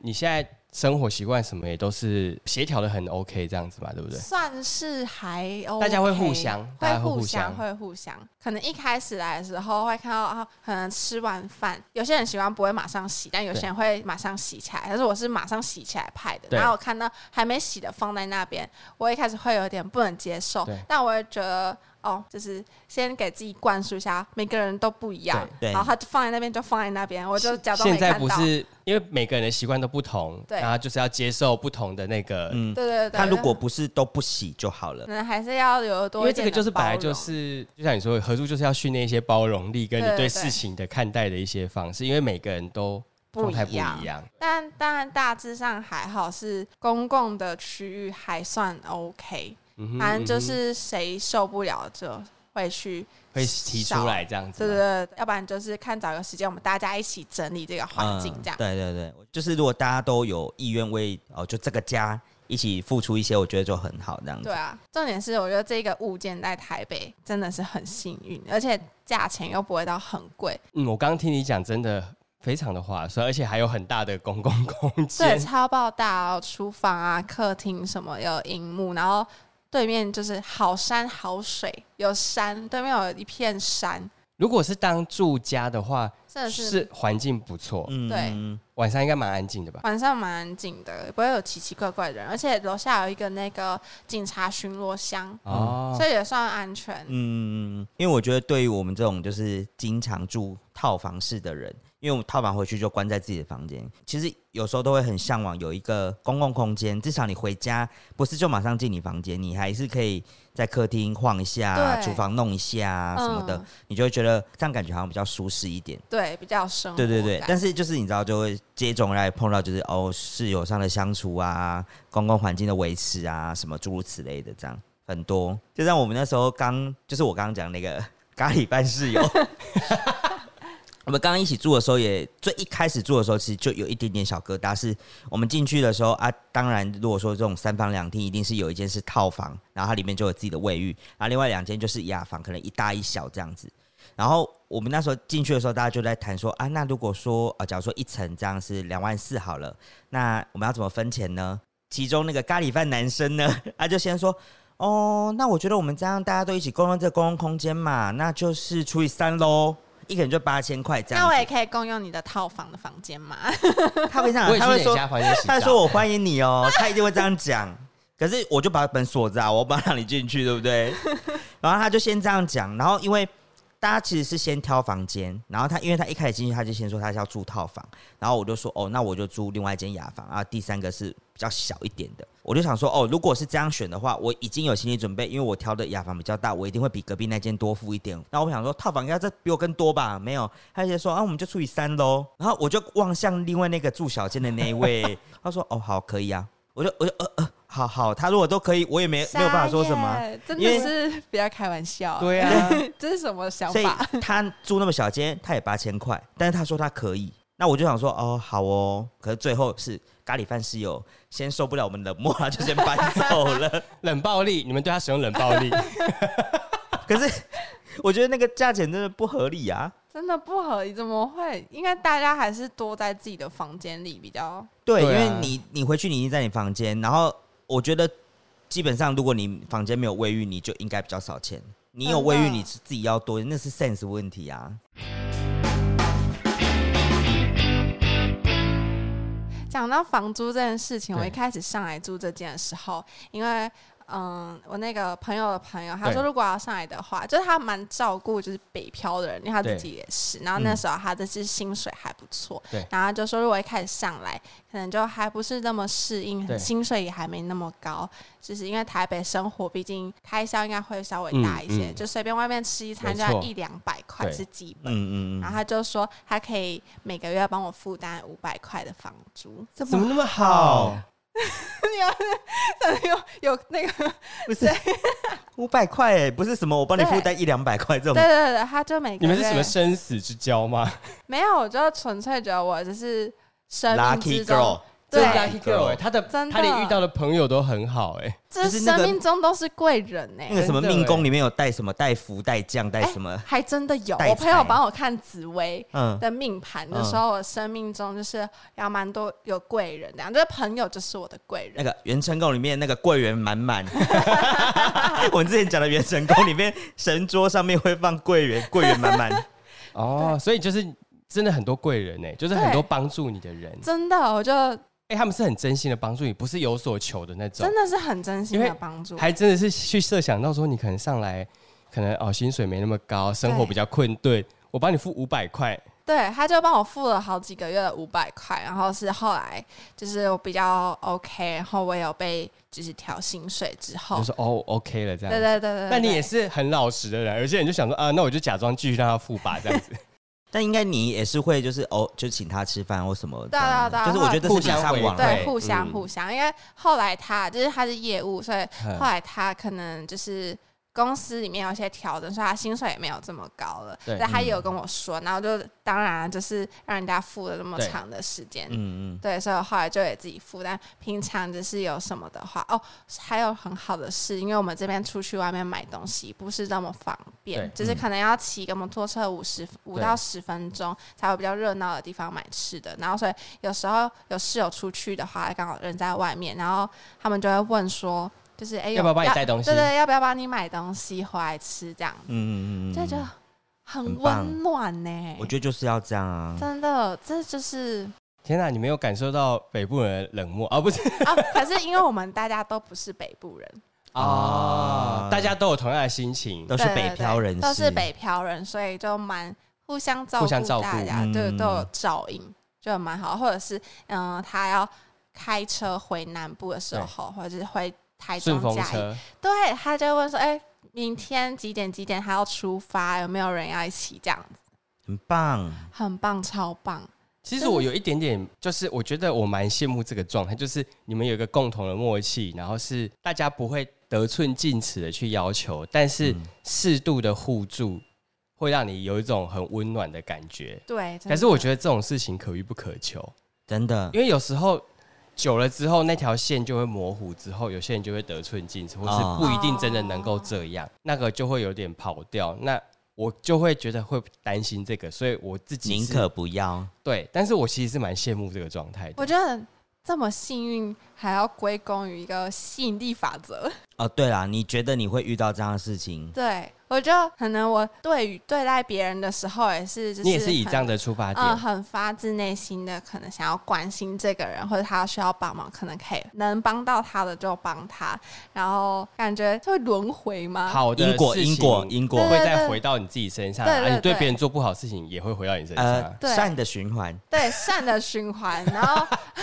你现在生活习惯什么也都是协调的很 OK 这样子嘛，对不对？算是还 OK，大家会互相大家会会互互相相，会互相。可能一开始来的时候会看到啊，可能吃完饭，有些人喜欢不会马上洗，但有些人会马上洗起来。但是我是马上洗起来派的，对然后我看到还没洗的放在那边，我一开始会有点不能接受对，但我也觉得。哦，就是先给自己灌输一下，每个人都不一样。对对然后他就放在那边，就放在那边，我就假装没现在看不到。是因为每个人的习惯都不同，对然后就是要接受不同的那个，对对对。他如果不是都不洗就好了可。能还是要有因多为一这点个的就是本来就包容是，就像你说，合作就是要训练一些包容力，跟你对对对事情的看待的一些方式，因为每个人都状态不一样。但当然大致上还好，是公共的区域还算嗯 OK，、哼反正就嗯是谁受不了就会去哼会提出来这样子对对嘛。对，要不然就是看找个时间，我们大家一起整理这个环境，嗯这样、嗯对对对，就是如果大家都有意愿为哦，就这个家一起付出一些，我觉得就很好这样子对。啊。重点是，我觉得这个物件在台北真的是很幸运，而且价钱又不会到很贵，嗯，我刚刚听你讲，真的非常的划算，而且还有很大的公共空间。对，超爆大、哦，厨房啊、客厅什么有荧幕，然后对面就是好山好水，有山，对面有一片山。如果是当住家的话，真的是是环境不错，嗯对晚上应该蛮安静的吧？晚上蛮安静的，不会有奇奇怪怪的人，而且楼下有一个那个警察巡逻箱，哦，所以也算安全。嗯，因为我觉得对于我们这种就是经常住套房式的人，因为我们套房回去就关在自己的房间，其实有时候都会很向往有一个公共空间，至少你回家不是就马上进你房间，你还是可以在客厅晃一下，对厨房弄一下什么的，嗯你就会觉得这样感觉好像比较舒适一点。对，比较生活对感。对对，但是就是你知道，就会接踵而来碰到就是哦室友上的相处啊，公共环境的维持啊，什么诸如此类的，这样很多。就像我们那时候刚，就是我刚刚讲那个 咖喱班室友， 我们刚刚一起住的时候也，最一开始住的时候，其实就有一点点小疙瘩。是我们进去的时候啊，当然如果说这种三房两厅，一定是有一间是套房，然后它里面就有自己的卫浴，然啊后另外两间就是雅房，可能一大一小这样子。然后我们那时候进去的时候，大家就在谈说啊，那如果说啊，假如说一层这样是两万四好了，那我们要怎么分钱呢？其中那个咖喱饭男生呢， 他就先说。哦，那我觉得我们这样大家都一起共用这个公共空间嘛，那就是除以三喽，一个人就八千块这样那子。我也可以共用你的套房的房间嘛？他会这我也样，他去会你说家，房间洗他澡说。我欢迎你哦，他一定会这样讲。可是我就把本锁着啊，我不让你进去，对不对？然后他就先这样讲，然后因为大家其实是先挑房间，然后他因为他一开始进去他就先说他是要住套房，然后我就说哦，那我就住另外一间雅房啊，第三个是比较小一点的。我就想说哦，如果是这样选的话，我已经有心理准备，因为我挑的雅房比较大，我一定会比隔壁那间多付一点。然后我想说套房应该这比我更多吧？没有，他就说啊，我们就除以三喽。然后我就望向另外那个住小间的那一位，他说哦，好，可以啊。我就我就呃呃，好好，他如果都可以，我也没没有办法说什 么啊傻。眼，真因为的是不要开玩笑。对啊， 这是什么想所以法？他住那么小间，他也八千块，但是他说他可以，那我就想说哦，好哦。可是最后是咖喱饭室友先受不了我们冷漠，他就先搬走了。冷暴力，你们对他使用冷暴 力，可是我觉得那个价钱真的不合理啊。真的不合理，怎么会？应该大家还是多在自己的房间里比较。对，对啊因为你你回去你已经在你房间，然后我觉得基本上如果你房间没有卫浴，你就应该比较少钱。你有卫浴，真的你是自己要多，那是 sense 问题啊。讲到房租这件事情，对我一开始上来住这间的时候，因为嗯，我那个朋友的朋友，他对说如果要上来的话，就是他蛮照顾就是北漂的人，因为他自己也是。然后那时候他的是薪水还不错，嗯对然后他就说如果一开始上来，可能就还不是那么适应对，薪水也还没那么高，就是因为台北生活毕竟开销应该会稍微大一些，嗯嗯就随便外面吃一餐就没要错一两百块对是基本。嗯嗯然嗯，后他就说，他可以每个月帮我负担五百块的房租，怎怎么那么好？ 有有那个，不是 五百块哎，不是什么我帮你对负担一两百块这种对对对，他就每个你月们是什么生死之交吗？没有，我就纯粹觉得我只是生命 lucky 呃之中 girl。这对是 lucky girl 哎、对她的真的她连遇到的朋友都很好哎、这就是那生个命中都是贵人哎、那个什么真的命宫欸里面有带什么带福带将带哎什么，还真的有。带我朋友财帮我看紫薇嗯，的命盘的嗯时候，我生命中就是要蛮多有贵人的，就是朋友就是我的贵那人。个元成宫里面那个桂圆 满满。 我们之前讲的元成宫里面神桌上面会放桂圆， 桂圆满满。哦，所以就是真的很多贵人哎、就是很多帮助你的人真的，我就哎、他们是很真心的帮助你，不是有所求的那种真，的是很真心因的为帮助，还真的是去设想到说你可能上来可能哦薪水没那么高，生活对比较困顿，我帮你付五百块，对，他就帮我付了好几个月的五百块，然后是后来就是我比较 OK，然后我有被就是调薪水之后就，说哦 OK 了这样对对对对，那你对也是很老实的人，有些人就想说啊，那我就假装继续让他付吧，这样子但应该你也是会就是哦，就请他吃饭或什么这对啊样，对啊对啊就是我觉得这是礼尚往对对来，互相嗯互相，因为后来他就是他是业务，所以嗯后来他可能就是公司里面有一些调整，所以他薪水也没有这么高了。对嗯但他也有跟我说，然后就当然啊就是让人家付了那么对长的时间。嗯嗯，对，所以我后来就也自己付，但平常就是有什么的话，哦，还有很好的是，因为我们这边出去外面买东西不是那么方便，对嗯就是可能要骑个摩托车五十五对到十分钟才有比较热闹的地方买吃的，然后所以有时候有室友出去的话，刚好人在外面，然后他们就会问说，就是哎、有要不要帮你带东西对对，要不要帮你买东西回来吃这样子，嗯嗯嗯，就觉得很很棒温暖呢、我觉得就是要这样啊，真的，这就是天哪、你没有感受到北部人的冷漠啊？不是 啊，可是因为我们大家都不是北部人，啊，大家都有同样的心情，都是对北对漂对人士，都是北漂人，所以就蛮互相照互相照顾大顾家，对，嗯都有照应，就蛮好。或者是嗯、呃他要开车回南部的时候，或者是回台顺中风嘉义，车，对，他就会问说，哎、明天几点几点他要出发？有没有人要一起？这样子很棒，很棒，超棒。其实我有一点点，就是我觉得我蛮羡慕这个状态，就是你们有一个共同的默契，然后是大家不会得寸进尺的去要求，但是嗯适度的互助会让你有一种很温暖的感觉。对，可是我觉得得这种事情可遇不可求，真的，因为有时候久了之后，那条线就会模糊，之后有些人就会得寸进尺，或哦是不一定真的能够这样，那个就会有点跑掉。那我就会觉得会担心这个，所以我自己宁是可不要，对，但是我其实是蛮羡慕这个状态的我。觉得这么幸运，还要归功于一个吸引力法则。哦，对啦，你觉得你会遇到这样的事情？对，我就可能我对于对待别人的时候也是，就是你也是以很这样的出发点，嗯，很发自内心的，可能想要关心这个人，或者他需要帮忙，可能可以能帮到他的就帮他，然后感觉会轮回吗？，好的因果，哦事情因果，因果，会对再回到你自己身上，对啊对你对对别人做不好事情也会回到你身呃上，。对善的循环，对，善的循环。然后嗯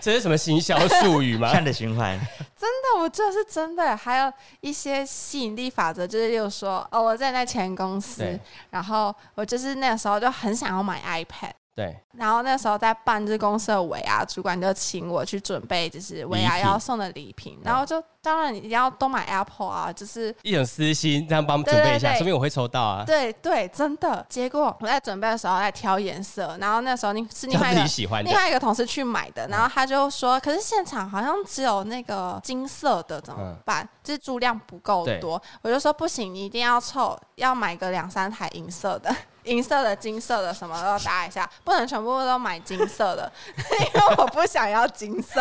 这是什么行销术语 吗？善的循环，那我这是真的，还有一些吸引力法则，就是例如说，哦，我在那前公司对，然后我就是那时候就很想要买 iPad。对，然后那时候在办这公司的尾牙，主管就请我去准备就是尾牙礼品要送的礼品，然后就当然你要都买 Apple 啊，就是一种私心， 这样帮我们对准备一下，对对说明我会抽到啊。对对，真的。结果我在准备的时候在挑颜色，然后那时候你是另挑外一自个己喜欢的另，外一个同事去买嗯的，然后他就说，可是现场好像只有那个金色的，怎么嗯办？就是数量不够对多。我就说不行，你一定要凑，要买个两三台银色的。 银色的、金色的，什么都搭一下，不能全部都买金色的， 因为我不想要 金色。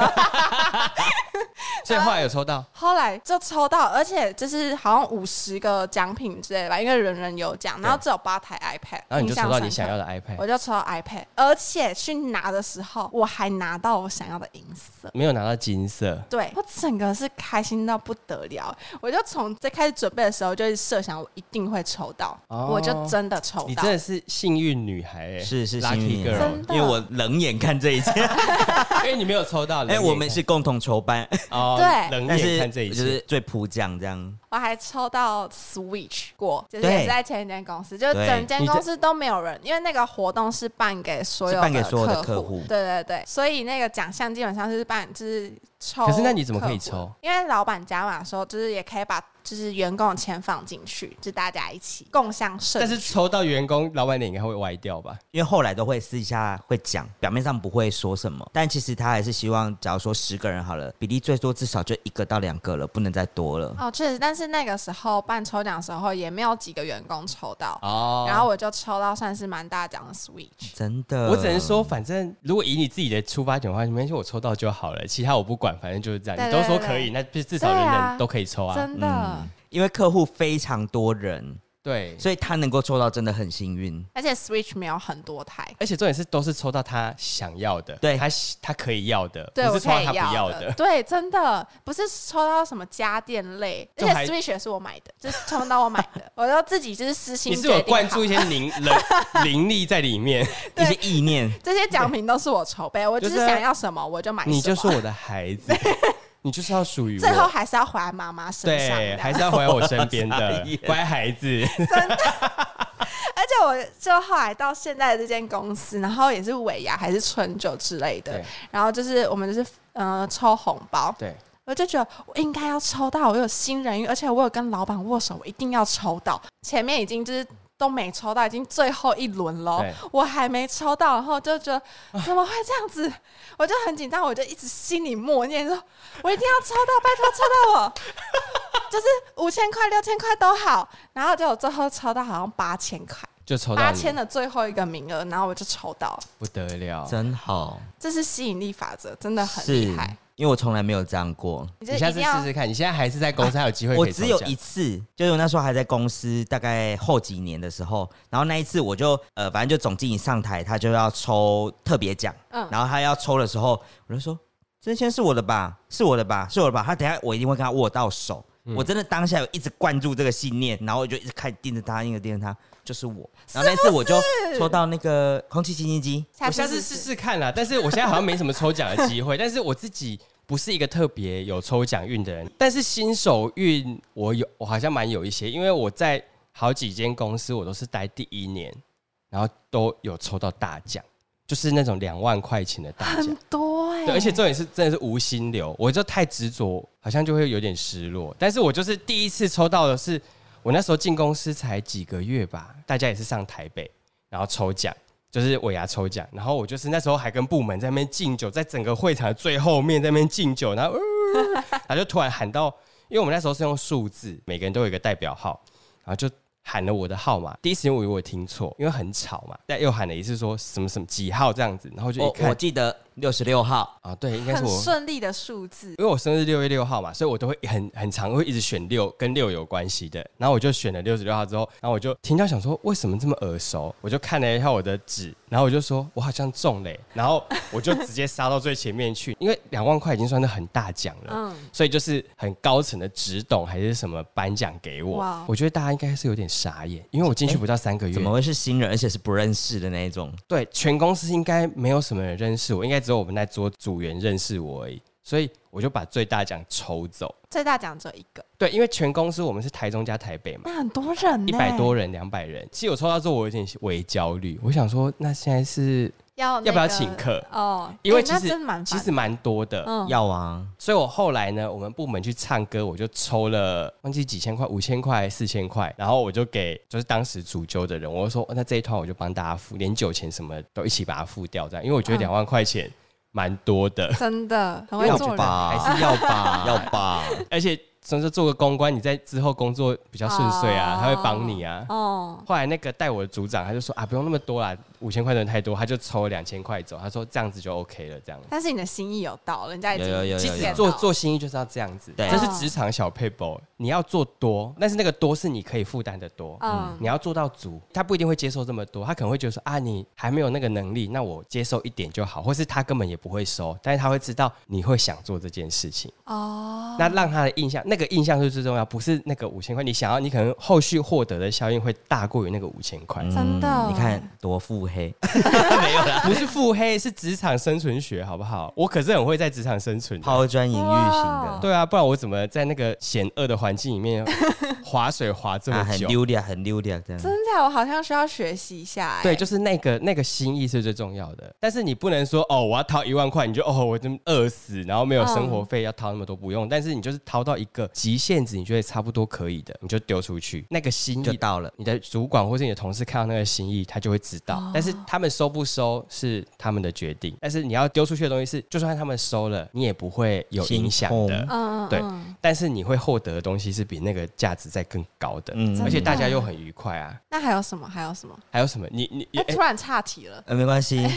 所以后来有抽到，后来就抽到，而且就是好像五十个奖品之类的吧，因为人人有奖，然后只有八台 iPad，然后你就印象抽到深你刻想要的 iPad，我就抽到 iPad，而且去拿的时候，我还拿到我想要的银色。没有拿到金色，对我整个是开心到不得了，我就从最开始准备的时候就设想我一定会抽到，哦我就真的抽你到真。的是幸运女孩哎，是是幸 lucky 运 girl，啊真的，的因为我冷眼看这 一切，因为你没有抽到。哎哎，我们是共同筹办，哦，对 冷眼但是看这一就切，是最普讲这样，我还抽到 Switch 过，就是对也是在前一间公司，就是对整间你这公司都没有人，因为那个活动是办给所有是办给所有的客客户对对对，所以那个奖项基本上是办就是抽。可是那你怎么可以抽？因为老板加码说，就是也可以把就是员工的钱放进去，就大家一起共享盛但举。是抽到员工，老板脸应该会歪掉吧？因为后来都会私下会讲，表面上不会说什么，但其实他还是希望，假如说十个人好了，比例最多至少就一个到两个了，不能再多了。哦，确实，但是那个时候办抽奖的时候也没有几个员工抽到，哦，然后我就抽到算是蛮大奖的 Switch。真的，我只能说，反正如果以你自己的出发点的话，没关系，我抽到就好了，其他我不管，反正就是这样。对你都说对对可以，那就至少人对啊人都可以抽啊。真的，因为客户非常多人，对，所以他能够抽到真的很幸运。而且 Switch 没有很多台，而且重点是都是抽到他想要的，对他喜他可以要的，对不我是抽到可以他不要的，的。对，真的不是抽到什么家电类，而就且还 Switch 也是我买的，就是抽到我买的，我就自己就是私心你决是定有好。灌注一 些灵灵灵力在里面，一些意念，这些奖品都是我筹备，我只是就是想要什么我就买什么。你就是我的孩子，你就是要属于最后我，还是要回来妈妈身上这对，样，还是要回来我身边 傻的眼乖孩子。而且我就后来到现在的这间公司，然后也是尾牙还是春酒之类的对，然后就是我们就是呃抽红包，对，我就觉得我应该要抽到，我有新人运，而且我有跟老板握手，我一定要抽到。前面已经就是都没抽到，已经最后一轮喽对，我还没抽到，然后就觉得怎么会这样子，我就很紧张，我就一直心里默念说，我一定要抽到，拜托抽到我。 就是五千块、六千块都好，然后结果最后抽到好像八千块，就抽到八你千的最后一个名额，然后我就抽到了，不得了。真好，这是吸引力法则，真的很是厉害。，因为我从来没有这样过。你就你一下定次要试试看，你现在还是在公司还有机会可以我只有抽奖一次，就是我那时候还在公司，大概后几年的时候，然后那一次我就呃，反正就总经理上台，他就要抽特别奖，嗯然后他要抽的时候，我就说这先是我的吧，是我的吧，是我的吧，他等一下我一定会跟他握到手。我真的当下有一直灌注这个信念，然后我就一直看盯着他，盯着盯着他，就是我。然后那次我就抽到那个空气清新机，我下次试试看啦，但是我现在好像没什么抽奖的机会， 但是我自己不是一个特别有抽奖运的人，但是新手运我有，我好像蛮有一些，因为我在好几间公司我都是待第一年，然后都有抽到大奖，就是那种两万块钱的大奖很，多哎、对，而且重点是真的是无心流，我就太执着，好像就会有点失落。但是我就是第一次抽到的是，我那时候进公司才几个月吧，大家也是上台北，然后抽奖，就是尾牙抽奖，然后我就是那时候还跟部门在那边敬酒，在整个会场的最后面在那边敬酒，然后、呃然后就突然喊到，因为我们那时候是用数字，每个人都有一个代表号，然后就。喊了我的号码，第一时间我以为我听错，因为很吵嘛，但又喊了一次说什么什么几号这样子，然后就一我看我记得六十六号，啊，对，应该是哦很我顺利的数字，因为我生日六月六号嘛，所以我都会很很常会一直选六跟六有关系的。然后我就选了六十六号之后，然后我就听到想说为什么这么耳熟，我就看了一下我的纸，然后我就说我好像中嘞、然后我就直接杀到最前面去，因为两万块已经算是很大奖了。嗯，所以就是很高层的职董还是什么颁奖给哇我，我觉得大家应该是有点傻眼，因为我进去不到三个月，怎么会是新人，而且是不认识的那一种？对，全公司应该没有什么人认识我，应该只有我们那桌组员认识我而已，所以我就把最大奖抽走。最大奖只有一个，对，因为全公司我们是台中加台北嘛，那很多人欸呢、一百多人、两百人。其实我抽到之后，我有点微焦虑，我想说，那现在是要、那个要不要请客？哦，因为诶其那实真的蛮其烦实蛮多的，嗯要啊，所以我后来呢，我们部门去唱歌，我就抽了忘记几千块，五千块、四千块，然后我就给就是当时主揪的人，我就说、哦那这一团我就帮大家付，连酒钱什么都一起把它付掉，这样，因为我觉得嗯两万块钱蛮多的， 真的很会要做人，吧，还是要吧，要吧。而且总是做个公关，你在之后工作比较顺遂啊，哦他会帮你啊。哦，后来那个带我的组长，他就说啊，不用那么多啦，五千块的人太多，他就抽了两千块走。他说这样子就 OK 了，这样。但是你的心意有到，人家已经有有有有有其见实到做做生意就是要这样子，对这是职场小配 a 你要做多，但是那个多是你可以负担的多，嗯你要做到足，他不一定会接受这么多，他可能会觉得说啊，你还没有那个能力，那我接受一点就好，或是他根本也不会收，但是他会知道你会想做这件事情，哦，那让他的印象，那个印象是最重要，不是那个五千块。你想要，你可能后续获得的效应会大过于那个五千块。 真的嗯你看多腹 黑，不是腹黑，是职场生存学，好不好？我可是很会在职场生存的。抛砖引玉型哇的，对啊，不然我怎么在那个险恶的环境里面划水划这啊，么很久？溜达，很溜达这真样。的，我好像需要学习一下、欸。对，就是那个那个心意是最重要的。但是你不能说哦，我要掏一万块，你就哦，我真饿死，然后没有生嗯活费要掏那么多，不用。但是你就是掏到一个极限值，你觉得差不多可以的，你就丢出去，那个心就意。到了，你的主管或是你的同事看到那个心意，他就会知道。哦但是他们收不收是他们的决定，但是你要丢出去的东西是，就算他们收了，你也不会有心影响的痛。嗯，嗯对嗯但是你会获得的东西是比那个价值再更高的，嗯而且大家又很愉快啊。那还有什么？还有什么？还有什么？你你、哎、哎突然岔题了。呃，没关系，哎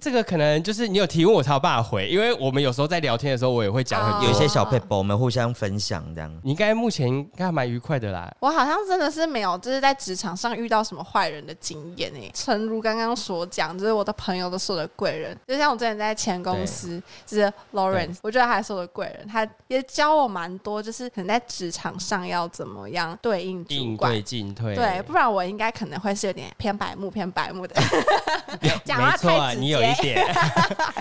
这个可能就是你有提问我才有办法回，因为我们有时候在聊天的时候，我也会讲很哦多。 有一些小 paper 我们互相分享这样。你应该目前应该还蛮愉快的啦。我好像真的是没有，就是在职场上遇到什么坏人的经验诶、诚如刚刚所讲，就是我的朋友都是我的贵人。就像我之前在前公司，就是 Lawrence，我觉得他也是我的贵人，他也教我蛮多，就是可能在职场上要怎么样对应主应管。对进退，对，不然我应该可能会是有点偏白目、偏白目的。 讲话没错啊，太直接你有一 点，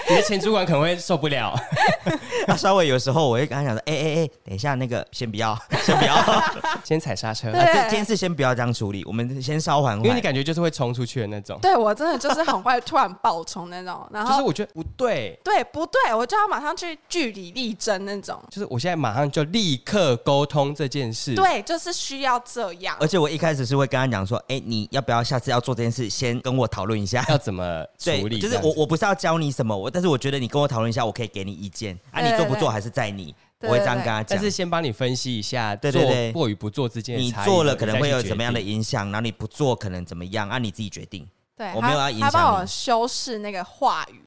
你的前主管可能会受不了。那稍微有时候我会跟他讲说，哎哎哎，等一下那个先不要， 先不要，先踩刹车， 对啊这件事先不要这样处理，我们先稍缓因为你缓。感觉就是会冲出去的那种。对我真的就是很会突然爆冲那种，然就是后我觉得不对，对不对，我就要马上去据理力争那种。就是我现在马上就立刻沟通这件事。，对，就是需要这样而。且我一开始是会跟他讲说，哎，你要不要下次要做这件事，先跟我讨论一下。要怎么 对处理？，就这是样子我我不是要教你什么，我但是我觉得你跟我讨论一下，我可以给你意见啊，你对做不对做还是在你，对我会对这样对跟他讲但。是先帮你分析一下，对对对做或与不做之间的你差异，做了可能会有你再去决定什么样的影响，然后你不做可能怎么样，啊，你自己决定。对，我他没有要影他响帮我你修饰那个话语。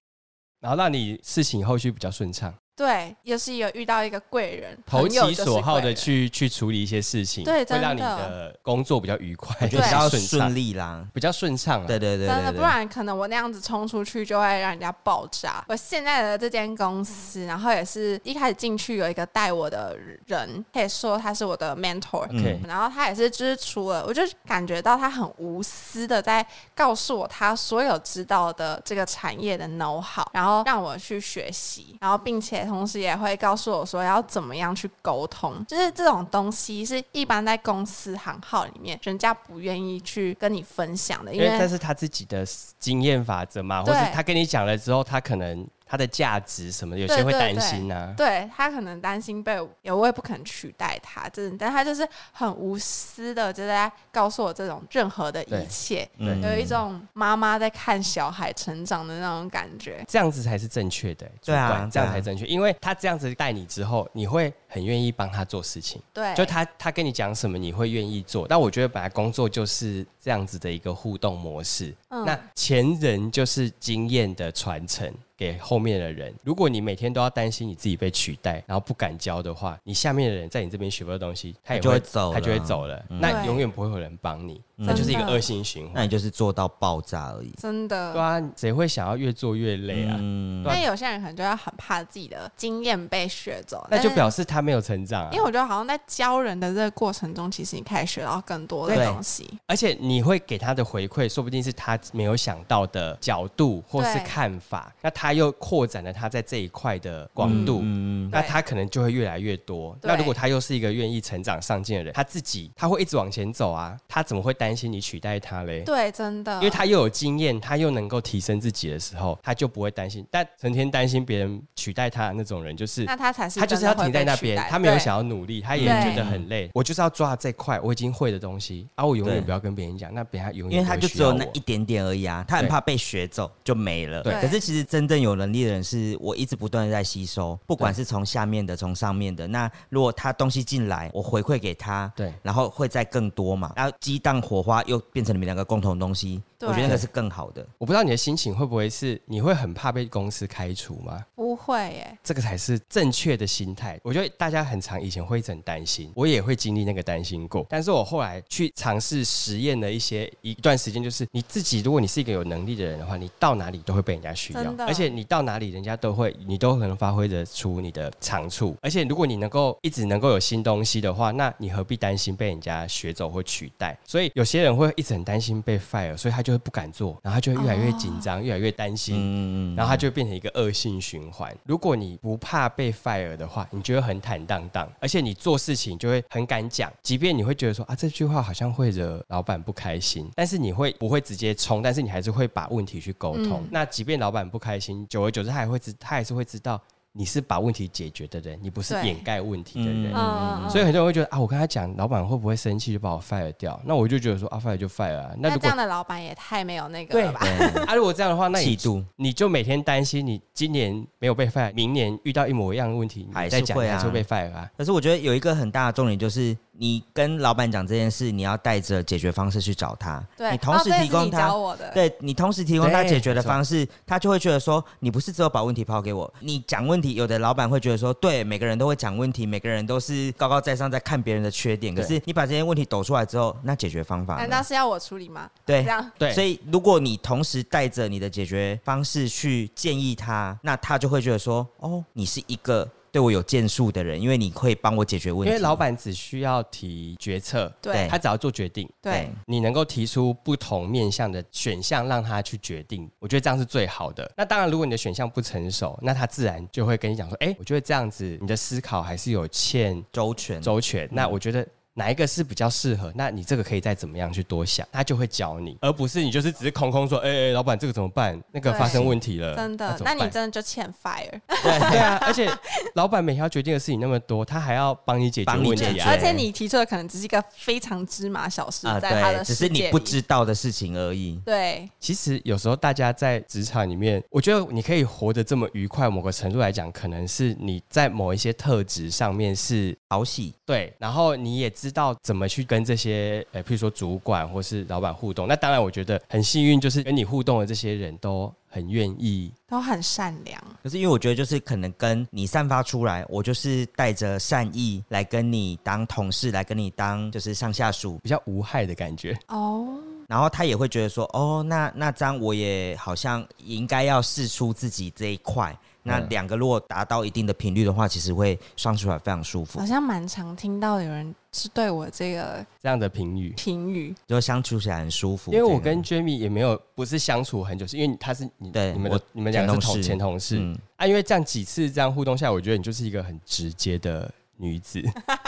然后让你事情后续比较顺畅，对，也是有遇到一个贵人，投朋友其就是所好贵的人。去去处理一些事情，对会让真你的的工作比较愉快，我比觉得比较较顺顺畅，利啦。比较顺畅啊。对对对真对的，对不然可能我那样子冲出去就会让人家爆炸。我现在的这间公嗯司，然后也是一开始进去有一个带我的人，可以说他是我的 mentor，、嗯，OK，然后他也是，就是除了我就感觉到他很无私的在告诉我他所有知道的这个产业的 know how，然后让我去学习，然后并且同时也会告诉我说要怎么样去沟通，就是这种东西是一般在公司行号里面人家不愿意去跟你分享的，因因为为这是他自己的经验法则嘛，或对是他跟你讲了之后，他可能他的价值什么的，有些对会对担心啊。对他可能担心被我，也我也不肯取代他，真的，但他就是很无私的，就在告诉我这种任何的对一切，嗯有一种妈妈在看小孩成长的那种感觉。这样子才是正确的、主对啊管这样对啊才正确，因为他这样子带你之后，你会很愿意帮他做事情。对，就他他跟你讲什么，你会愿意做。但我觉得本来工作就是这样子的一个互动模式。嗯那前人就是经验的传承给后面的人。如果你每天都要担心你自己被取代，然后不敢教的话，你下面的人在你这边学不到东西，他也他就会会走他就会了走了。嗯那对永远不会有人帮你，嗯那就是一个真的嗯恶性循环。那你就是做到爆炸而已。真的。对啊，谁会想要越做越累啊？嗯对啊但有些人可能就要很怕自己的经验被学走，那就但是表示他没有成长啊因为。我觉得好像在教人的这个过程中，其实你可以学到更多的对东西。而且你会给他的回馈，说不定是他没有想到的角度或是对看法，那他又扩展了他在这一块的广度。嗯，那对他可能就会越来越多。对那如果他又是一个愿意成长上进的人，他自己他会一直往前走啊，他怎么会担心你取代他嘞？对，啊真的，因为他又有经验，他又能够提升自己的时候，他就不会担心。但成天担心别人取代他的那种人，就是那他才是他就是要停在那边，他没有想要要努力，他也对觉得很累。我就是要抓这块我已经会的东西啊，我永对远不要跟别人讲，那别人永因远为不他会就需只要有我那一点点而已啊，他很对怕被学走就没了。对可是其实真正有能力的人是我一直不断的在吸收，不管是从下面的，从上面的。那如果他东西进来，我回馈给他，对然后会再更多嘛，然后激荡火花又变成你们两个共同东西，对我觉得那个是更好的。我不知道你的心情会不会是你会很怕被公司开除吗？不会耶，这个才是正确的心态。我觉得大家很常以前会一直很担心，我也会经历那个担心过。但是我后来去尝试实验了一些一段时间，就是你自己，如果你是一个有能力的人的话，你到哪里都会被人家需要真，的而且你到哪里人家都会，你都可能发挥得出你的长处。而且如果你能够一直能够有新东西的话，那你何必担心被人家学走或取代？所以有些人会一直很担心被 fire，所以他就会不敢做，然后他就会越来越紧哦张，越来越担心。嗯嗯嗯然后它就变成一个恶性循环。如果你不怕被 fire 的话，你就会很坦荡荡，而且你做事情就会很敢讲，即便你会觉得说啊这句话好像会惹老板不开心，但是你会不会直接冲？但是你还是会把问题去沟通。嗯那即便老板不开心，久而久之他还会知，他还是会知道你是把问题解决的人，你不是对掩盖问题的人。嗯嗯，嗯所以很多人会觉得啊，我跟他讲，老板会不会生气就把我 fire 掉？那我就觉得说啊，fire 就 fire 啊。那如那这果样的老板也太没有那个对了吧？对啊，如果这样的话，那你气度你就每天担心你今年没有被 fire，明年遇到一模一样的问题，还你是再讲会你啊还是会被 fire 啊。可是我觉得有一个很大的重点就是，你跟老板讲这件事，你要带着解决方式去找他。对，你同时哦这提也是供你他教，我的，对你同时提供他对解决的没错方式，他就会觉得说，你不是只有把问题抛给我，你讲问题，有的老板会觉得说，对，每个人都会讲问题，每个人都是高高在上，在看别人的缺点。可对是你把这些问题抖出来之后，那解决方法呢难道是要我处理吗？对这。样对，所以，如果你同时带着你的解决方式去建议他，那他就会觉得说：“哦，你是一个对我有建树的人，因为你会帮我解决问因题。”为老板只需要提决策，对哎对他只要做决定，对，你能够提出不同面向的选项让他去决定，我觉得这样是最好的。那当然，如果你的选项不成熟，那他自然就会跟你讲说，哎、我觉得这样子你的思考还是有欠周全，周全。那我觉得。哪一个是比较适合？那你这个可以再怎么样去多想，他就会教你，而不是你就是只是空空说，哎、哎老板这个怎么办？那个对发生问题了，真的，怎那么你办真的就欠 fire，对 啊，而且老板每天要决定的事情那么多，他还要帮你解决帮你问解题决啊。而且你提出的可能只是一个非常芝麻小事啊，，在他对，的只世是界里，你不知道的事情而已。对，其实有时候大家在职场里面，我觉得你可以活得这么愉快，某个程度来讲，可能是你在某一些特质上面是好喜，对，然后你也知道怎么去跟这些呃，譬如说主管或是老板互动。那当然，我觉得很幸运，就是跟你互动的这些人都很愿意。都很善良，可是因为我觉得就是可能跟你散发出来，我就是带着善意来跟你当同事，来跟你当就是上下属，比较无害的感觉，哦，然后他也会觉得说，哦，那那这样我也好像应该要试出自己这一块。那嗯两个如果达到一定的频率的话，其实会双出来非常舒服好，像蛮常听到有人是对我这个这样的评语。评语，就相处起来很舒服。因为我这个跟 Jamie 也没有不是相处很久，是因为他是你对你们我的你们两个是同前同事前同事、嗯，啊，因为这样几次这样互动下来，我觉得你就是一个很直接的女子，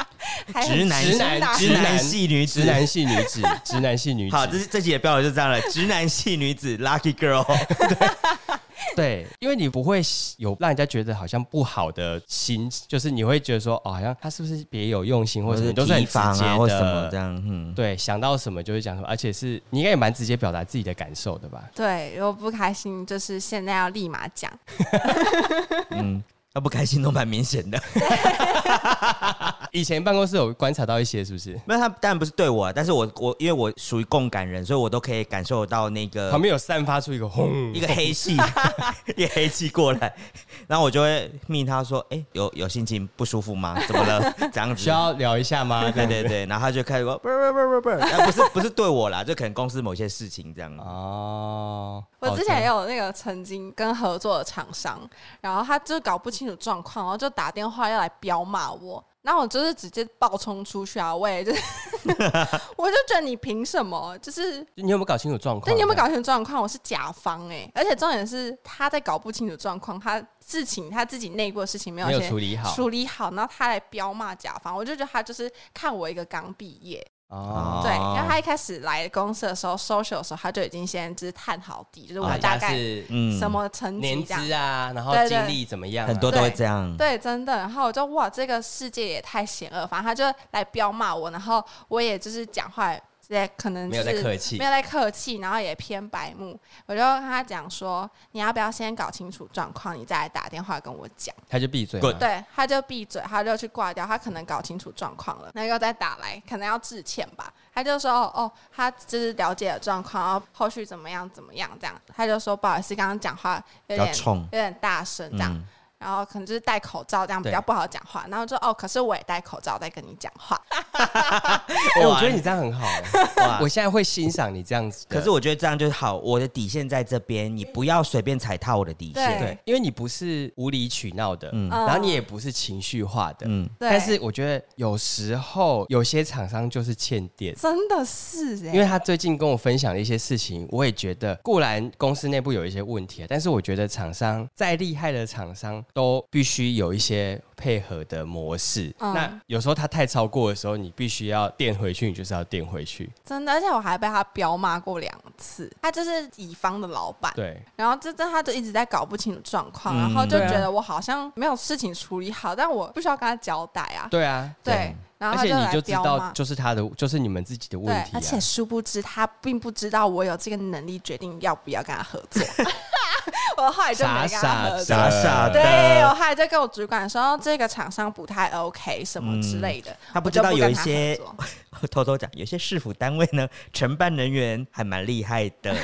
还很直男直男直直男系女子直男系女子，直男系女子。好，这是这集的标题就这样了，直男系女子 Lucky Girl。对，因为你不会有让人家觉得好像不好的心，就是你会觉得说，哦，好像他是不是别有用心，或者什么，都是很提直防接啊，的。或什么这样，嗯，对，想到什么就会讲什么，而且是你应该也蛮直接表达自己的感受的吧？对，如果不开心，就是现在要立马讲，嗯，那不开心都蛮明显的。以前办公室有观察到一些，是不是？没有，他当然不是对我啊，但是我我因为我属于共感人，所以我都可以感受到那个旁边有散发出一个轰一，个黑气，一个黑气过来，然后我就会命他说：“哎、有有心情不舒服吗？怎么了？这样子需。要聊一下吗？” 对对对，然后他就开始说：“不不不不不，啊不是不是对我啦，就可能公司某些事情这样。哦，我之前也要有那个曾经跟合作的厂商，然后他就搞不清楚状况，然后就打电话要来彪骂我，然后我就是直接暴冲出去啊！我也就是， 我就觉得你凭什么？就是，你有没有搞清楚状况？那你有没有搞清楚状况？我是甲方哎、而且重点是他在搞不清楚状况，他事情他自己内部的事情没有没有先处理好？处理好，然后他来彪骂甲方，我就觉得他就是看我一个刚毕业，哦，对，哦然后他一开始来公司的时候，social 的时候，他就已经先就是探好底，就是我啊们大概是嗯什么成绩年这样。资啊，然后对对经历怎么样啊？很多都会这样。对，真的。然后我就哇，这个世界也太险恶。反正他就来彪骂我，然后我也就是讲话在可能没有在是客气没有在客气，然后也偏白目。我就跟他讲说，你要不要先搞清楚状况，你再来打电话跟我讲。他就闭嘴嘛。滚对，他就闭嘴，他就去挂掉，他可能搞清楚状况了，那又再打来，可能要致歉吧。他就说哦哦，他就是了解了状况，然后后续怎么样怎么样这样，他就说不好意思，刚刚讲话有较点冲有点大声这样。嗯然后可能就是戴口罩，这样比对较不好讲话。然后就哦，可是我也戴口罩在跟你讲 话。哎、我觉得你这样很好、 哇我现在会欣赏你这样子的。可是我觉得这样就好，我的底线在这边，你不要随便踩踏我的底线。对，因为你不是无理取闹的，嗯然后你也不是情绪化的。嗯，对，但是我觉得有时候有些厂商就是欠电，真的是哎、因为他最近跟我分享的一些事情，我也觉得固然公司内部有一些问题，但是我觉得厂商再厉害的厂商都必须有一些配合的模式。嗯那有时候他太超过的时候，你必须要垫回去，你就是要垫回去。真的，而且我还被他彪骂过两次。他就是乙方的老板，对，然后这这他就一直在搞不清楚状况，嗯然后就对啊觉得我好像没有事情处理好，但我不需要跟他交代啊。对啊，对，对然而后他且你来就知彪道，骂。就是他的，就是你们自己的问对，题、啊。而且殊不知他并不知道我有这个能力决定要不要跟他合作。我后来就没跟他合作。傻傻的对，我后来就跟我主管说，这个厂商不太 OK 什么之类的。他不我知就道有跟一他些合作偷偷讲，有些市府单位呢，承办人员还蛮厉害的，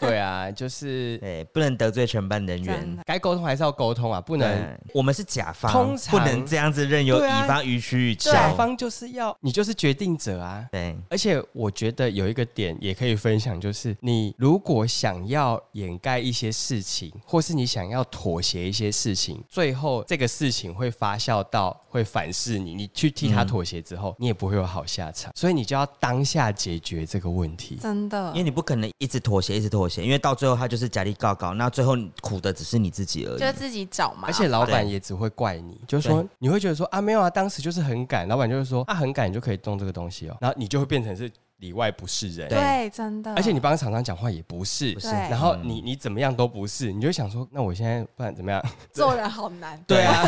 对啊，就是对，不能得罪承办人真员的。该沟通还是要沟通啊，不能对，我们是甲方，通常不能这样子任由对啊乙方予取予求。甲方就是要你就是决定者啊。对，而且我觉得有一个点也可以分享，就是你如果想要掩盖一些事情，或是你想要妥协一些事情，最后这个事情会发酵到会反噬你，你去替他嗯妥协之后，你也不会有好下场，所以你就要当下解决这个问题。真的因为，你不可能一直妥协，一直妥协，因为到最后他就是假力告告，那最后苦的只是你自己而就已。自己找嘛。而且老板也只会怪你，就是说你会觉得说啊没有啊，当时就是很赶，老板就会说啊很赶你就可以动这个东西哦，然后你就会变成是里外不是人，对，真的。而且你帮厂商讲话也不是，不是对然后你你怎么样都不是，你就会想说那我现在不然怎么 样？做人好难。对啊，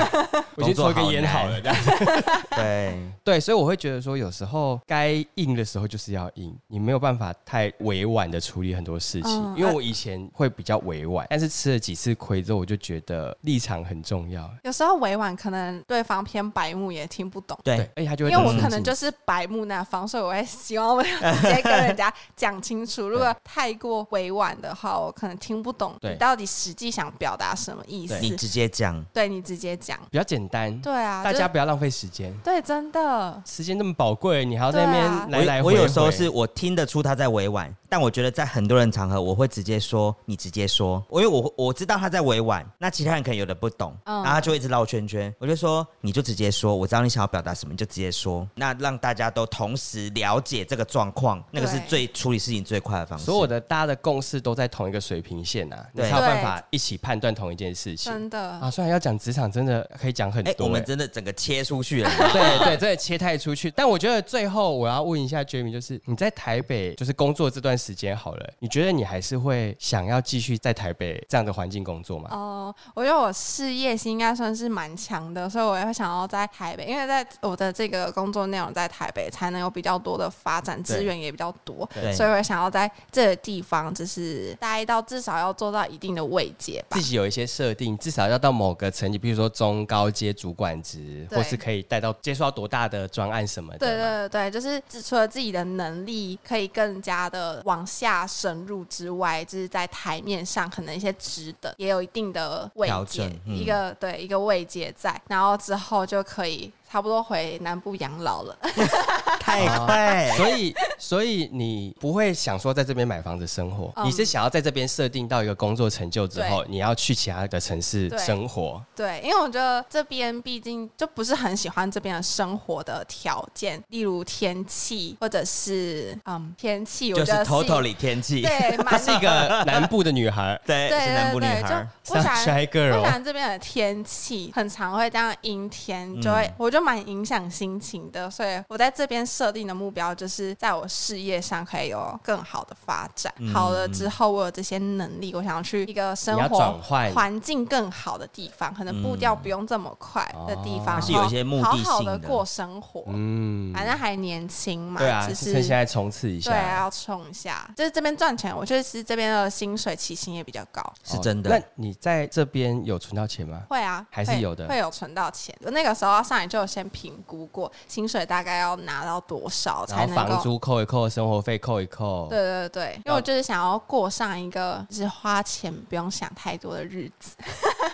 我去工作抽根好烟好了难这样。对，对，所以我会觉得说有时候该硬的时候就是要硬，你没有办法太委婉的处理很多事情，嗯因为我以前会比较委婉，但是吃了几次亏之后，我就觉得立场很重要。有时候委婉，可能对方偏白目也听不懂。对对，，而且他就因会为我冷可静能就是白目那方，所以我会希望我直接跟人家讲清楚。如果太过委婉的话，我可能听不懂对你到底实际想表达什么意思。你直接讲，对你直接讲，比较简单，对啊，大就家不要浪费时间，对真的时间那么宝贵，你还要在那对啊边来来回我回。有时候是我听得出他在委婉，但我觉得在很多人场合，我会直接说你直接说，因为我我知道他在委婉，那其他人可能有的不懂，嗯然后他就会一直绕圈圈。我就说你就直接说，我知道你想要表达什么，你就直接说，那让大家都同时了解这个状况，那个是对最处理事情最快的方式。所有的大家的共识都在同一个水平线啊，你对才有办法一起判断同一件事情真的，啊。虽然要讲职场，真的可以讲很哎、多、我们哎真的整个切出去了。对对， 真的切太出去。但我觉得最后我要问一下 Jamie，就是你在台北就是工作这段时间好了，你觉得你还是会想要继续在台北这样的环境工作吗？哦、我觉得我事业心应该算是蛮强的，所以我也会想要在台北，因为在我的这个工作内容在台北才能有比较多的发展，资源也比较多，对 所以我也想要在这个地方就是待到至少要做到一定的位阶吧自。己有一些设定，至少要到某个层级，比如说中高阶主管职，对或是可以带到接触到多大的专案什么的嘛。对对对，就是只除了自己的能力可以更加的往下深入之外，就是在台面上可能一些职等也有一定的位调阶整，嗯一个对一个位阶在，然后之后就可以差不多回南部养老了。 太快。所以，所以你不会想说在这边买房子生活，嗯你是想要在这边设定到一个工作成就之后，你要去其他的城市生活。对，因为我觉得这边毕竟就不是很喜欢这边的生活的条件，例如天气或者是嗯天气，我 就是觉得一 totally 天气， 对她蛮是一个南部的女孩 对，对是南部对女对，孩就。不喜欢哦，sunshine 我 girl，想这边的天气很常会这样阴天，就会、嗯我就就蛮影响心情的。所以我在这边设定的目标就是在我事业上可以有更好的发展。嗯好了之后，我有这些能力，我想要去一个生你要转活换环境更好的地方，可能步调不用这么快的地哦它方，嗯是有一些目的好好的性的过生活。嗯，反正还年轻嘛，对啊，只是趁现在冲刺一下，对啊，要冲一下。就是这边赚钱，我觉得其实这边的薪水起薪也比较高。哦是真的。那你在这边有存到钱吗？会啊，还是会有的会有存到钱。那个时候上来就有先评估过薪水大概要拿到多少然才后能房够。租扣一扣，生活费扣一扣，对对对，因为我就是想要过上一个就是花钱不用想太多的日子，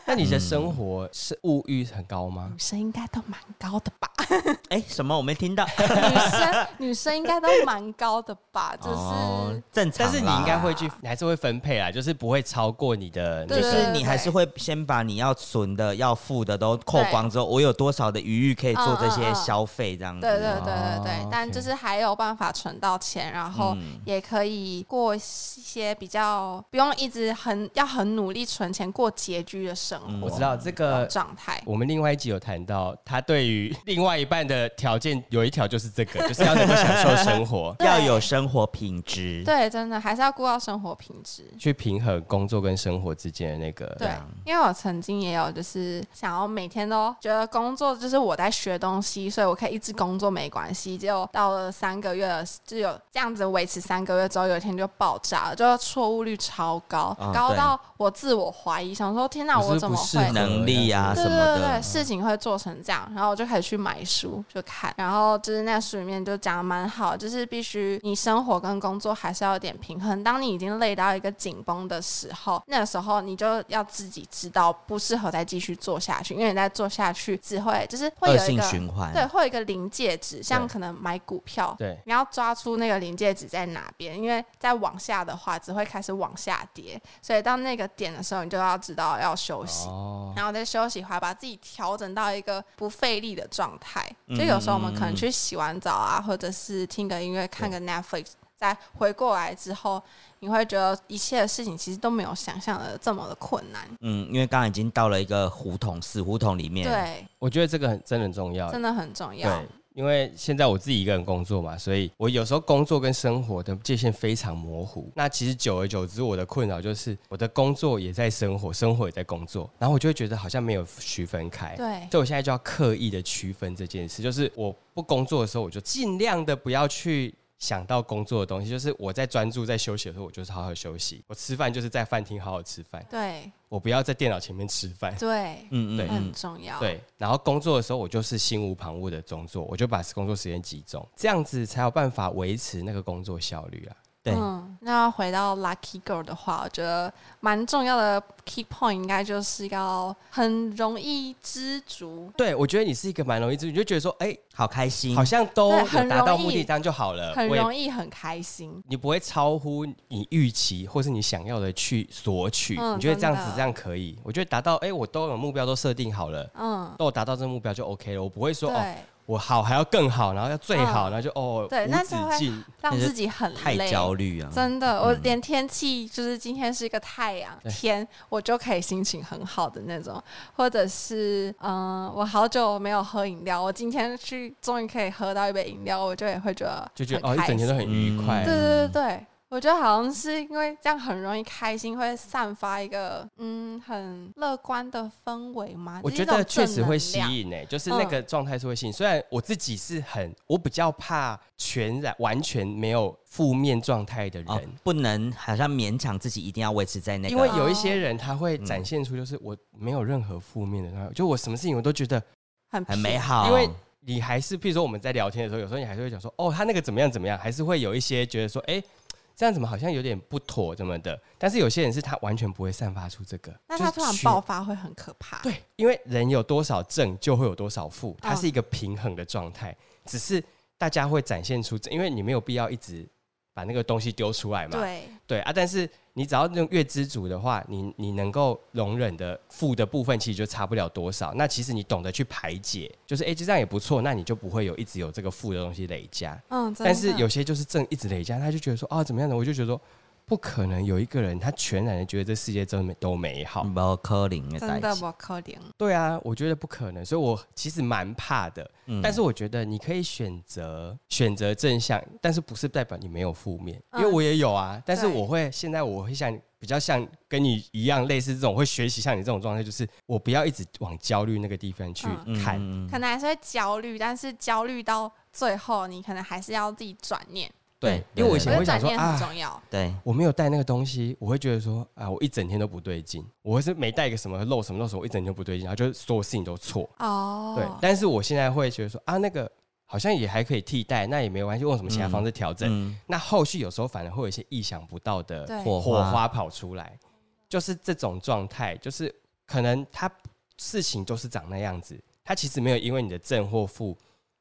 那你的生活是物欲很高吗？女生应该都蛮高的吧？ 哎、什么我没听到？女生女生应该都蛮高的吧？就是、哦、正但常啦，是你应该会去，你还是会分配啦，就是不会超过你的那对个对就是你还是会先把你要存的、要付的都扣光之后，我有多少的余裕可以做这些消费这嗯样子。对对对对对，哦但 OK 就是还有办法存到钱，然后嗯也可以过一些比较不用一直很要很努力存钱过拮据的生活。嗯我知道这个。状态。，我们另外一集有谈到，他对于另外一半的条件有一条就是这个，就是要能够享受生活要有生活品质。对，真的还是要顾到生活品质。去平衡工作跟生活之间的那个。对啊，因为我曾经也有就是想要每天都觉得工作就是我在学东西，所以我可以一直工作没关系。结果到了三个月，就有这样子维持三个月之后，有一天就爆炸了，就错误率超高，啊高对到我自我怀疑，想说天哪，我我是怎不么适会合能力啊对什么对的对对，事情会做成这样，然后我就开始去买书就看，然后就是那书里面就讲的蛮好，就是必须你生活跟工作还是要有点平衡。当你已经累到一个紧绷的时候，那个时候你就要自己知道不适合再继续做下去，因为你再做下去只会就是会恶有一性个循环。对，会有一个临界值，像对可能买股票，对你要抓出那个临界值在哪边，因为再往下的话只会开始往下跌，所以到那个点的时候，你就要知道要休息。哦，然后再休息一会儿，把自己调整到一个不费力的状态。嗯就有时候我们可能去洗完澡啊，或者是听个音乐、看个 Netflix，再回过来之后，你会觉得一切的事情其实都没有想象的这么的困难。嗯，因为刚刚已经到了一个胡同死胡同里面。，对，我觉得这个很真的很重要，真的很重要对。，因为现在我自己一个人工作嘛，所以我有时候工作跟生活的界限非常模糊。那其实久而久之，我的困扰就是我的工作也在生活，生活也在工作，然后我就会觉得好像没有区分开。对，所以我现在就要刻意的区分这件事，就是我不工作的时候，我就尽量的不要去。想到工作的东西，就是我在专注在休息的时候，我就是好好休息；我吃饭就是在饭厅好好吃饭，对，我不要在电脑前面吃饭。对，嗯对嗯很嗯，重要。对，然后工作的时候我就是心无旁骛的工作，我就把工作时间集中，这样子才有办法维持那个工作效率啊。对，嗯，那要回到 Lucky Girl 的话，我觉得蛮重要的 key point 应该就是要很容易知足，对，我觉得你是一个蛮容易自，你就觉得说，哎，好开心。好像都嗯对有很达到容目的，易这样就好呃了。很我也容易很开心。你不会超乎你预期或是你想要的去索取，嗯你觉得这样子真的这样可以？我觉得达到，哎，我都有目标都设定好了。嗯，都有达到这个目标就 OK 了，我不会说哦，对，我好还要更好，然后要最好，嗯然后就哦对无那止才会境。让自己很太累，焦虑啊！真的，嗯我连天气就是今天是一个太阳对天，我就可以心情很好的那种，或者是嗯，我好久没有喝饮料，我今天去终于可以喝到一杯饮料，我就也会觉得就觉得很哦，一开整天都心很愉快。对对对对，我觉得好像是因为这样很容易开心，会散发一个嗯很乐观的氛围嘛。我啊就觉是一种得确实会吸正能量。嗯引诶、欸就是那个状态是会吸引。虽然我自己是很，我比较怕全然完全没有负面状态的人，哦，不能好像勉强自己一定要维持在那个，嗯因为有一哦些人他会展现出就是我没有任何负面的状态，就我什么事情我都觉得，很很平美好。因为你还是，譬如说我们在聊天的时候，有时候你还是会讲说，哦，他那个怎么样怎么样，还是会有一些觉得说，哎、这样怎么好像有点不妥怎么的？但是有些人是他完全不会散发出这个，那他就是突然全爆发会很可怕。对，因为人有多少正就会有多少哦负，它是一个平衡的状态。只是大家会展现出，因为你没有必要一直把那个东西丢出来嘛。对对啊，但是你只要用越知足的话，你你能够容忍的负的部分，其实就差不了多少。那其实你懂得去排解，就是哎、诶就这样也不错，那你就不会有一直有这个负的东西累加。嗯，真的哦但是有些就是正一直累加，他就觉得说啊怎么样呢？我就觉得说不可能有一个人他全然的觉得这世界真美都美好。包柯林的真代的际，不可怜。对啊，我觉得不可能，所以我其实蛮怕的。嗯但是我觉得你可以选择选择正向，但是不是代表你没有负面，因嗯为我也有啊。但是对我会现在我会像比较像跟你一样类似这种，会学习像你这种状态，就是我不要一直往焦虑那个地方去嗯看。嗯可能还是会焦虑，但是焦虑到最后，你可能还是要自己转念。对对，因为我以我觉前得会想转说念很啊。重要。对，我没有带那个东西，我会觉得说啊，我一整天都不对劲，我是没带个什么漏什么漏什么，我一整天都不对劲，然后就是所有事情都错。哦，对，但是我现在会觉得说啊，那个好像也还可以替代，那也没关系，用什么其他方式调整。嗯，那后续有时候反而会有一些意想不到的对火火花，花跑出来，就是这种状态，就是可能他事情就是长那样子，他其实没有因为你的正或负，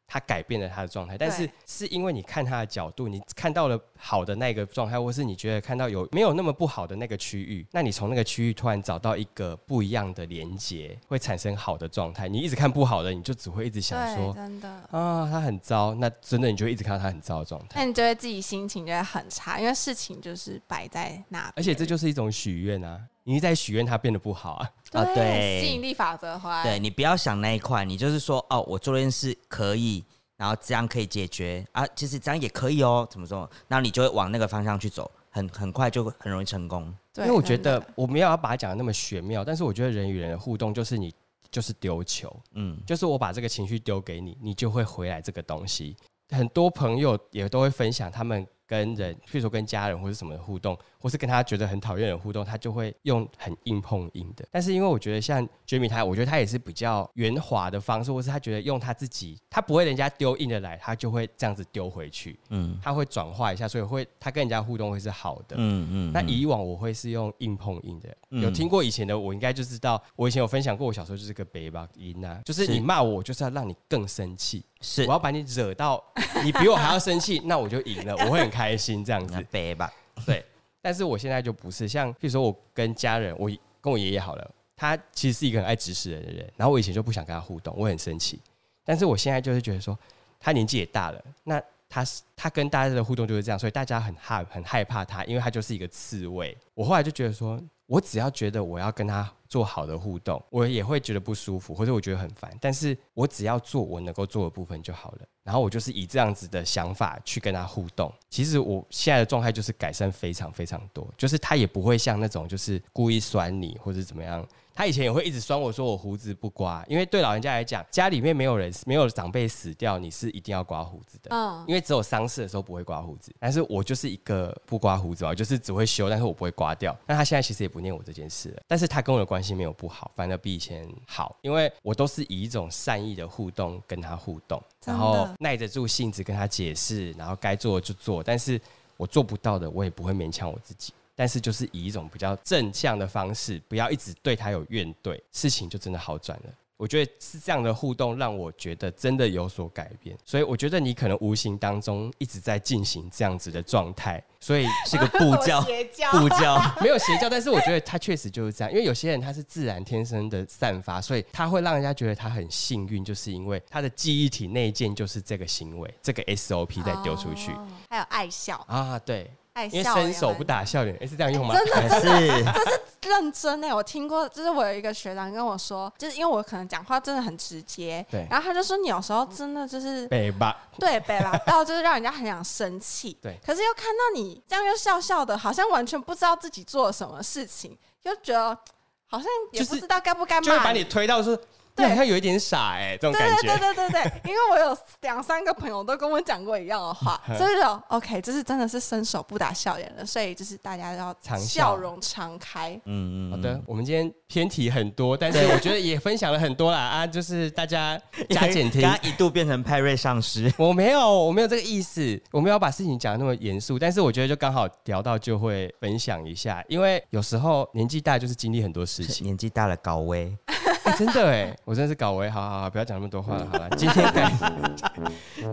他改变了他的状态，但是对是因为你看他的角度，你看到了好的那个状态，或是你觉得看到有没有那么不好的那个区域，那你从那个区域突然找到一个不一样的连接，会产生好的状态。你一直看不好的，你就只会一直想对，说。真的。啊，他很糟，那真的你就一直看到他很糟的状态。那你就会自己心情就会很差，因为事情就是摆在那边，而且这就是一种许愿啊，你一直在许愿它变得不好啊。对,、啊对吸引力法则回来，对你不要想那一块，你就是说哦，我做这件事可以，然后这样可以解决啊，其实这样也可以哦，怎么说？然后你就会往那个方向去走，很很快就很容易成功。因对为我觉得真的我没有要把它讲的那么玄妙，但是我觉得人与人的互动就是你就是丢球，嗯，就是我把这个情绪丢给你，你就会回来这个东西。很多朋友也都会分享他们跟人，譬如说跟家人或是什么的互动，或是跟他觉得很讨厌的互动，他就会用很硬碰硬的。但是因为我觉得像 Jamie 他，我觉得他也是比较圆滑的方式，或是他觉得用他自己，他不会人家丢硬的来，他就会这样子丢回去。嗯他会转化一下，所以会他跟人家互动会是好的。嗯嗯那以往我会是用硬碰硬的，嗯有听过以前的我应该就知道，我以前有分享过，我小时候就是个北吧音啊，就是是你骂我，我就是要让你更生气，是我要把你惹到你比我还要生气，那我就赢 了，我会很开心这样那子。背吧，对，但是我现在就不是，像譬如说我跟家人，我跟我爷爷好了，他其实是一个很爱指使人的人，然后我以前就不想跟他互动，我很生气，但是我现在就是觉得说，他年纪也大了，那他是他跟大家的互动就是这样，所以大家很害很害怕他，因为他就是一个刺猬。我后来就觉得说，我只要觉得我要跟他做好的互动，我也会觉得不舒服，或者我觉得很烦，但是我只要做我能够做的部分就好了。然后我就是以这样子的想法去跟他互动。其实我现在的状态就是改善非常非常多，就是他也不会像那种就是故意酸你或者怎么样。他以前也会一直酸我说我胡子不刮，因为对老人家来讲，家里面没有人没有长辈死掉，你是一定要刮胡子的。嗯因为只有丧事的时候不会刮胡子，但是我就是一个不刮胡子嘛，我就是只会修，但是我不会刮掉。那他现在其实也不念我这件事了，但是他跟我的关系没有不好，反而比以前好，因为我都是以一种善意的互动跟他互动，真然的后耐得住性子跟他解释，然后该做的就做，但是我做不到的我也不会勉强我自己。但是就是以一种比较正向的方式，不要一直对他有怨怼，事情就真的好转了。我觉得是这样的互动让我觉得真的有所改变，所以我觉得你可能无形当中一直在进行这样子的状态，所以是个步什么教邪 教步教，没有邪教，但是我觉得他确实就是这样，因为有些人他是自然天生的散发，所以他会让人家觉得他很幸运，就是因为他的记忆体内建就是这个行为，这个 SOP 再丢出去、哦还有爱笑，啊，对，爱哎因笑为伸手也不蛮打笑脸，诶哎是这样用吗？真还是认真哎、我听过，就是我有一个学长跟我说，就是因为我可能讲话真的很直接，对然后他就说你有时候真的就是北吧，对北吧，到就是让人家很想生气，对可是又看到你这样又笑笑的，好像完全不知道自己做了什么事情，又觉得好像也就是不知道该不该就会把骂你。推到说，你对好像有一点傻哎、这种对感对觉。对对对对，因为我有两三个朋友都跟我讲过一样 的话，所以就 OK，这是真的是伸手不打笑脸了，所以就是大家要常笑笑容常开。嗯嗯，好的，我们今天偏题很多，但是我觉得也分享了很多啦啊，就是大家加减 听。刚刚一度变成派瑞上师，我没有，我没有这个意思，我没有把事情讲得那么严肃，但是我觉得就刚好聊到就会分享一下，因为有时候年纪大就是经历很多事情，年纪大了搞威，哎真的哎，我真的是搞维，好好好，不要讲那么多话了，好了，今天感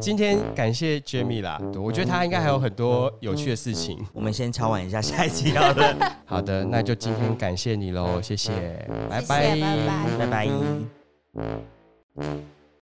今天感谢 Jamie 啦，我觉得他应该还有很多有趣的事情。我们先敲完一嗯下下一集好了，好的，那就今天感谢你喽，谢谢，拜谢谢拜拜拜拜。